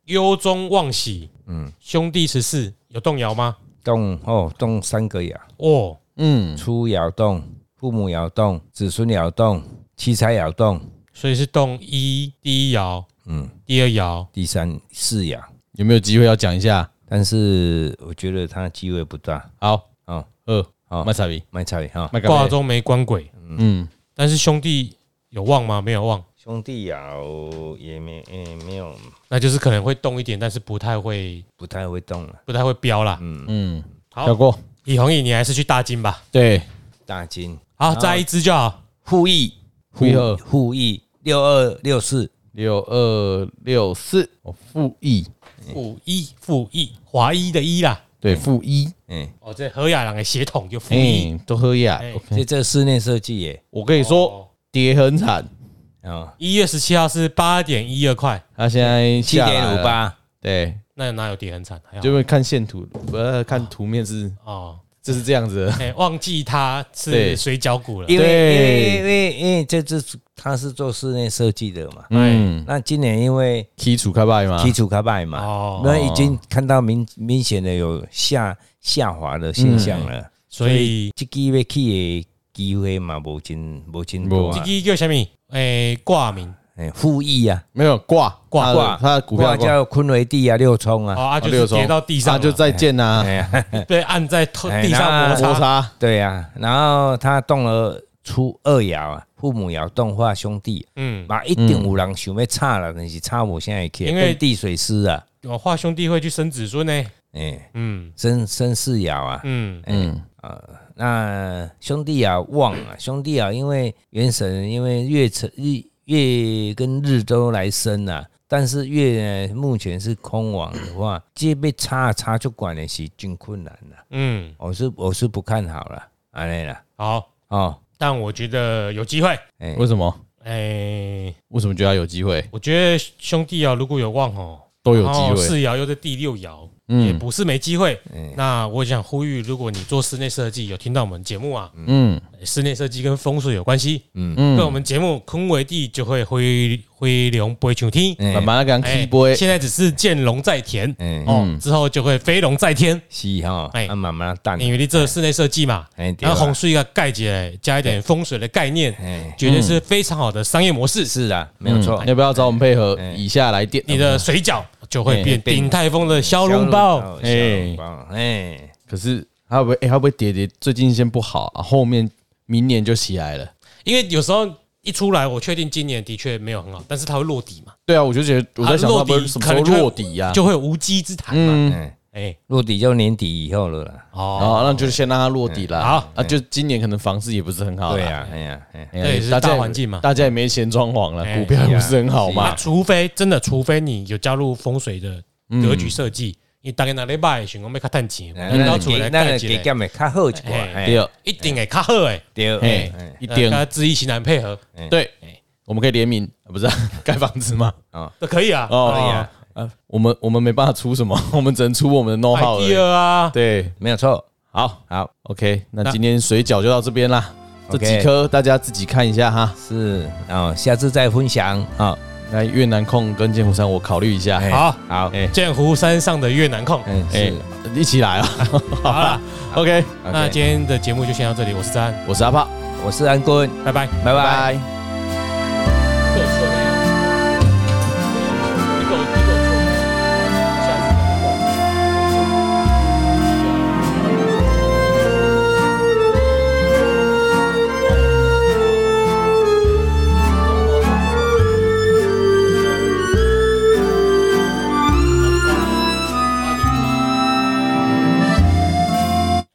[SPEAKER 2] 忧中忘喜。嗯，兄弟十四有动摇吗？
[SPEAKER 3] 动哦动三个爻，
[SPEAKER 2] 哦，
[SPEAKER 1] 嗯，
[SPEAKER 3] 初爻动，父母爻动，子孙爻动，七财爻动，
[SPEAKER 2] 所以是动一第一爻，嗯，第二爻
[SPEAKER 3] 第三四爻。
[SPEAKER 1] 有没有机会要讲一下？
[SPEAKER 3] 但是我觉得它机会不大
[SPEAKER 1] 好，
[SPEAKER 3] 哦，
[SPEAKER 1] 二，
[SPEAKER 3] 好
[SPEAKER 1] 麦彩比，
[SPEAKER 3] 卖菜哈。
[SPEAKER 1] 麦
[SPEAKER 2] 卦
[SPEAKER 1] 干杯，
[SPEAKER 2] 中没官鬼，
[SPEAKER 1] 嗯，
[SPEAKER 2] 但是兄弟有旺吗？没有旺，
[SPEAKER 3] 兄弟爻也没也没有
[SPEAKER 2] 那就是可能会动一点，但是不太会
[SPEAKER 3] 不太会动了，
[SPEAKER 2] 不太会标啦。
[SPEAKER 1] 嗯，
[SPEAKER 2] 好
[SPEAKER 1] 跳过。
[SPEAKER 2] 李弘毅，你还是去大金吧。
[SPEAKER 1] 对，
[SPEAKER 3] 大金
[SPEAKER 2] 好，再一支就好。
[SPEAKER 3] 互益
[SPEAKER 1] 负二
[SPEAKER 3] 互益六二六四
[SPEAKER 1] 六二六四，哦，负一，
[SPEAKER 2] 负一负一，华一的一啦。
[SPEAKER 1] 对，负一，
[SPEAKER 3] 嗯，
[SPEAKER 2] 哦，这何亚郎的血统就负一。
[SPEAKER 1] 哎，都喝呀
[SPEAKER 2] 哎。
[SPEAKER 3] 所以这室内设计耶
[SPEAKER 1] 我跟你说，
[SPEAKER 2] 哦，
[SPEAKER 1] 跌很惨，
[SPEAKER 3] 啊，
[SPEAKER 2] 一月十七号是八点一二块，
[SPEAKER 1] 他现在
[SPEAKER 3] 七
[SPEAKER 1] 下来了
[SPEAKER 3] 点五，八，
[SPEAKER 1] 对，
[SPEAKER 2] 那哪有跌很惨？还好
[SPEAKER 1] 就会看线图，呃，看图面是
[SPEAKER 2] 哦，
[SPEAKER 1] 就是这样子的。
[SPEAKER 2] 哎、忘记它是
[SPEAKER 1] 对
[SPEAKER 2] 水饺股了。
[SPEAKER 3] 因为因
[SPEAKER 1] 对
[SPEAKER 3] 为因为因为这是他是做室内设计的嘛，
[SPEAKER 1] 嗯，
[SPEAKER 3] 那今年因为
[SPEAKER 1] 基础开拜吗？
[SPEAKER 3] 基础开卖嘛，
[SPEAKER 2] 哦，
[SPEAKER 3] 那已经看到明明显的有下下滑的现象了，
[SPEAKER 2] 所以
[SPEAKER 3] 这个要去的机会嘛，无真无真多
[SPEAKER 2] 这
[SPEAKER 3] 啊，
[SPEAKER 2] 个叫什么？哎、挂名
[SPEAKER 3] 哎，复议啊，
[SPEAKER 1] 没有挂
[SPEAKER 2] 挂
[SPEAKER 1] 挂，啊他的股票挂，
[SPEAKER 3] 叫坤维地啊，六冲
[SPEAKER 2] 哦
[SPEAKER 3] 啊，
[SPEAKER 2] 啊，就
[SPEAKER 1] 六
[SPEAKER 2] 是
[SPEAKER 1] 中
[SPEAKER 2] 跌到地
[SPEAKER 1] 他
[SPEAKER 2] 上
[SPEAKER 1] 就
[SPEAKER 2] 了，
[SPEAKER 1] 再见呐
[SPEAKER 3] 哎，呀，
[SPEAKER 2] 被按在头
[SPEAKER 3] 哎
[SPEAKER 2] 地上摩
[SPEAKER 1] 摩
[SPEAKER 2] 擦。
[SPEAKER 1] 擦，
[SPEAKER 3] 对呀、然后他动了初二爻啊，父母爻动化兄弟，
[SPEAKER 2] 嗯，
[SPEAKER 3] 嘛一定有人想要差了，但是差我现在也可以，
[SPEAKER 2] 因为
[SPEAKER 3] 变地水师啊，
[SPEAKER 2] 我画兄弟会去生子孙呢、
[SPEAKER 3] 哎、
[SPEAKER 2] 嗯
[SPEAKER 3] 生生四爻啊，
[SPEAKER 2] 嗯，
[SPEAKER 1] 嗯，
[SPEAKER 3] 那兄弟啊旺啊，兄弟啊，因为元神因为月辰日月跟日都来生啊，但是月呢目前是空亡的话，这被插啊插就管的是真困难了、
[SPEAKER 2] 嗯，
[SPEAKER 3] 我是我是不看好了，安内啦，
[SPEAKER 2] 好，
[SPEAKER 3] 哦，
[SPEAKER 2] 但我觉得有机会。
[SPEAKER 3] 哎、
[SPEAKER 1] 为什么？
[SPEAKER 2] 哎、
[SPEAKER 1] 为什么觉得他有机会？
[SPEAKER 2] 我觉得兄弟啊，如果有望哦，
[SPEAKER 1] 都有
[SPEAKER 2] 然后
[SPEAKER 1] 机会，
[SPEAKER 2] 四爻又在第六爻，也
[SPEAKER 1] 嗯
[SPEAKER 2] 不是没机会。
[SPEAKER 3] 嗯
[SPEAKER 2] 那我想呼吁，如果你做室内设计，有听到我们节目啊，
[SPEAKER 1] 嗯
[SPEAKER 2] 室内设计跟风水有关系，跟我
[SPEAKER 1] 嗯，
[SPEAKER 2] 们节目坤为地就会灰灰龙不会求天。
[SPEAKER 3] 哎
[SPEAKER 1] 慢慢跟他
[SPEAKER 2] 哎
[SPEAKER 1] K boy，
[SPEAKER 2] 现在只是见龙在田，
[SPEAKER 3] 哎、
[SPEAKER 2] 哦，之后就会飞龙在天，
[SPEAKER 3] 是哈，
[SPEAKER 2] 哎
[SPEAKER 3] 啊慢慢淡，
[SPEAKER 2] 因为你这室内设计嘛，
[SPEAKER 3] 哎对
[SPEAKER 2] 然
[SPEAKER 3] 啊
[SPEAKER 2] 后红树一个盖起来，加一点风水的概念，
[SPEAKER 3] 哎
[SPEAKER 2] 绝对是非常好的商业模式。
[SPEAKER 3] 是啊，没
[SPEAKER 2] 嗯
[SPEAKER 3] 有
[SPEAKER 2] 哎
[SPEAKER 3] 错、
[SPEAKER 1] 嗯要不要找我们配合？以下来电
[SPEAKER 2] 你的水饺就会变
[SPEAKER 1] 哎
[SPEAKER 3] 变
[SPEAKER 2] 鼎泰丰的
[SPEAKER 3] 小
[SPEAKER 2] 骁龙包，
[SPEAKER 3] 小笼包，哎、
[SPEAKER 1] 可是它会不会？哎，它会不会跌跌？最近先不好，啊后面明年就起来了。
[SPEAKER 2] 因为有时候一出来，我确定今年的确没有很好，但是它会落底嘛，
[SPEAKER 1] 对啊，我就觉得我在想，
[SPEAKER 2] 啊
[SPEAKER 1] 它不会什么时候
[SPEAKER 2] 落底可能就会
[SPEAKER 1] 落底呀？
[SPEAKER 2] 就会有无稽之谈嘛。
[SPEAKER 1] 嗯，
[SPEAKER 3] 哎，
[SPEAKER 2] 哎，
[SPEAKER 3] 落底就年底以后了啦，
[SPEAKER 2] 哦，嗯
[SPEAKER 1] 哦，那就先让它落底啦。
[SPEAKER 2] 好
[SPEAKER 1] 啊，就今年可能房市也不是很好啦。
[SPEAKER 3] 对呀、啊，哎呀、哎、
[SPEAKER 1] 哎呀，
[SPEAKER 2] 对是
[SPEAKER 1] 家也
[SPEAKER 2] 大环境嘛
[SPEAKER 1] 大家也没钱装潢了，
[SPEAKER 2] 哎啊
[SPEAKER 1] 股票也不是很好
[SPEAKER 2] 那
[SPEAKER 1] 嘛。
[SPEAKER 2] 除非真的，除非你有加入风水的格局设计，
[SPEAKER 1] 嗯
[SPEAKER 2] 你大概哪礼拜想讲要较趁钱，
[SPEAKER 3] 哎
[SPEAKER 1] 哎
[SPEAKER 3] 那
[SPEAKER 2] 到
[SPEAKER 3] 那
[SPEAKER 2] 厝嗯来
[SPEAKER 3] 那那
[SPEAKER 2] 盖起
[SPEAKER 3] 给
[SPEAKER 2] 来，
[SPEAKER 3] 干咪较好一寡，
[SPEAKER 2] 哎
[SPEAKER 1] 第
[SPEAKER 3] 哎
[SPEAKER 1] 二，
[SPEAKER 2] 一定会较好诶。
[SPEAKER 3] 对，
[SPEAKER 1] 哎
[SPEAKER 3] 哎，
[SPEAKER 1] 哦一
[SPEAKER 2] 跟
[SPEAKER 1] 点
[SPEAKER 2] 他知易行难配合
[SPEAKER 1] 对，
[SPEAKER 2] 哎
[SPEAKER 1] 我们可以联名，啊不是啊盖房子吗？
[SPEAKER 2] 都可以啊。
[SPEAKER 1] 哦
[SPEAKER 3] 可以啊，
[SPEAKER 1] 啊，我们我们没办法出什么，我们只能出我们的 know how 而已。
[SPEAKER 2] idea 啊，
[SPEAKER 1] 对，
[SPEAKER 3] 没有错，
[SPEAKER 1] 好
[SPEAKER 3] 好
[SPEAKER 1] ，OK，那今天水饺就到这边啦。这
[SPEAKER 3] OK
[SPEAKER 1] 几颗大家自己看一下哈。
[SPEAKER 3] 是哦，下次再分享啊、哦，
[SPEAKER 1] 那越南控跟剑湖山，我考虑一下。
[SPEAKER 3] 哎
[SPEAKER 2] 好
[SPEAKER 3] 好，
[SPEAKER 1] 哎
[SPEAKER 2] 剑湖山上的越南控。
[SPEAKER 3] 嗯，
[SPEAKER 1] 哎
[SPEAKER 3] 是，，
[SPEAKER 1] 一起来啊！好啦 o k
[SPEAKER 3] OK，
[SPEAKER 2] 那今天的节目就先到这里，我是詹，
[SPEAKER 1] 我是阿炮，
[SPEAKER 3] 我是安坤，
[SPEAKER 2] 拜拜。
[SPEAKER 3] 拜
[SPEAKER 1] 拜
[SPEAKER 3] 拜。
[SPEAKER 1] 拜。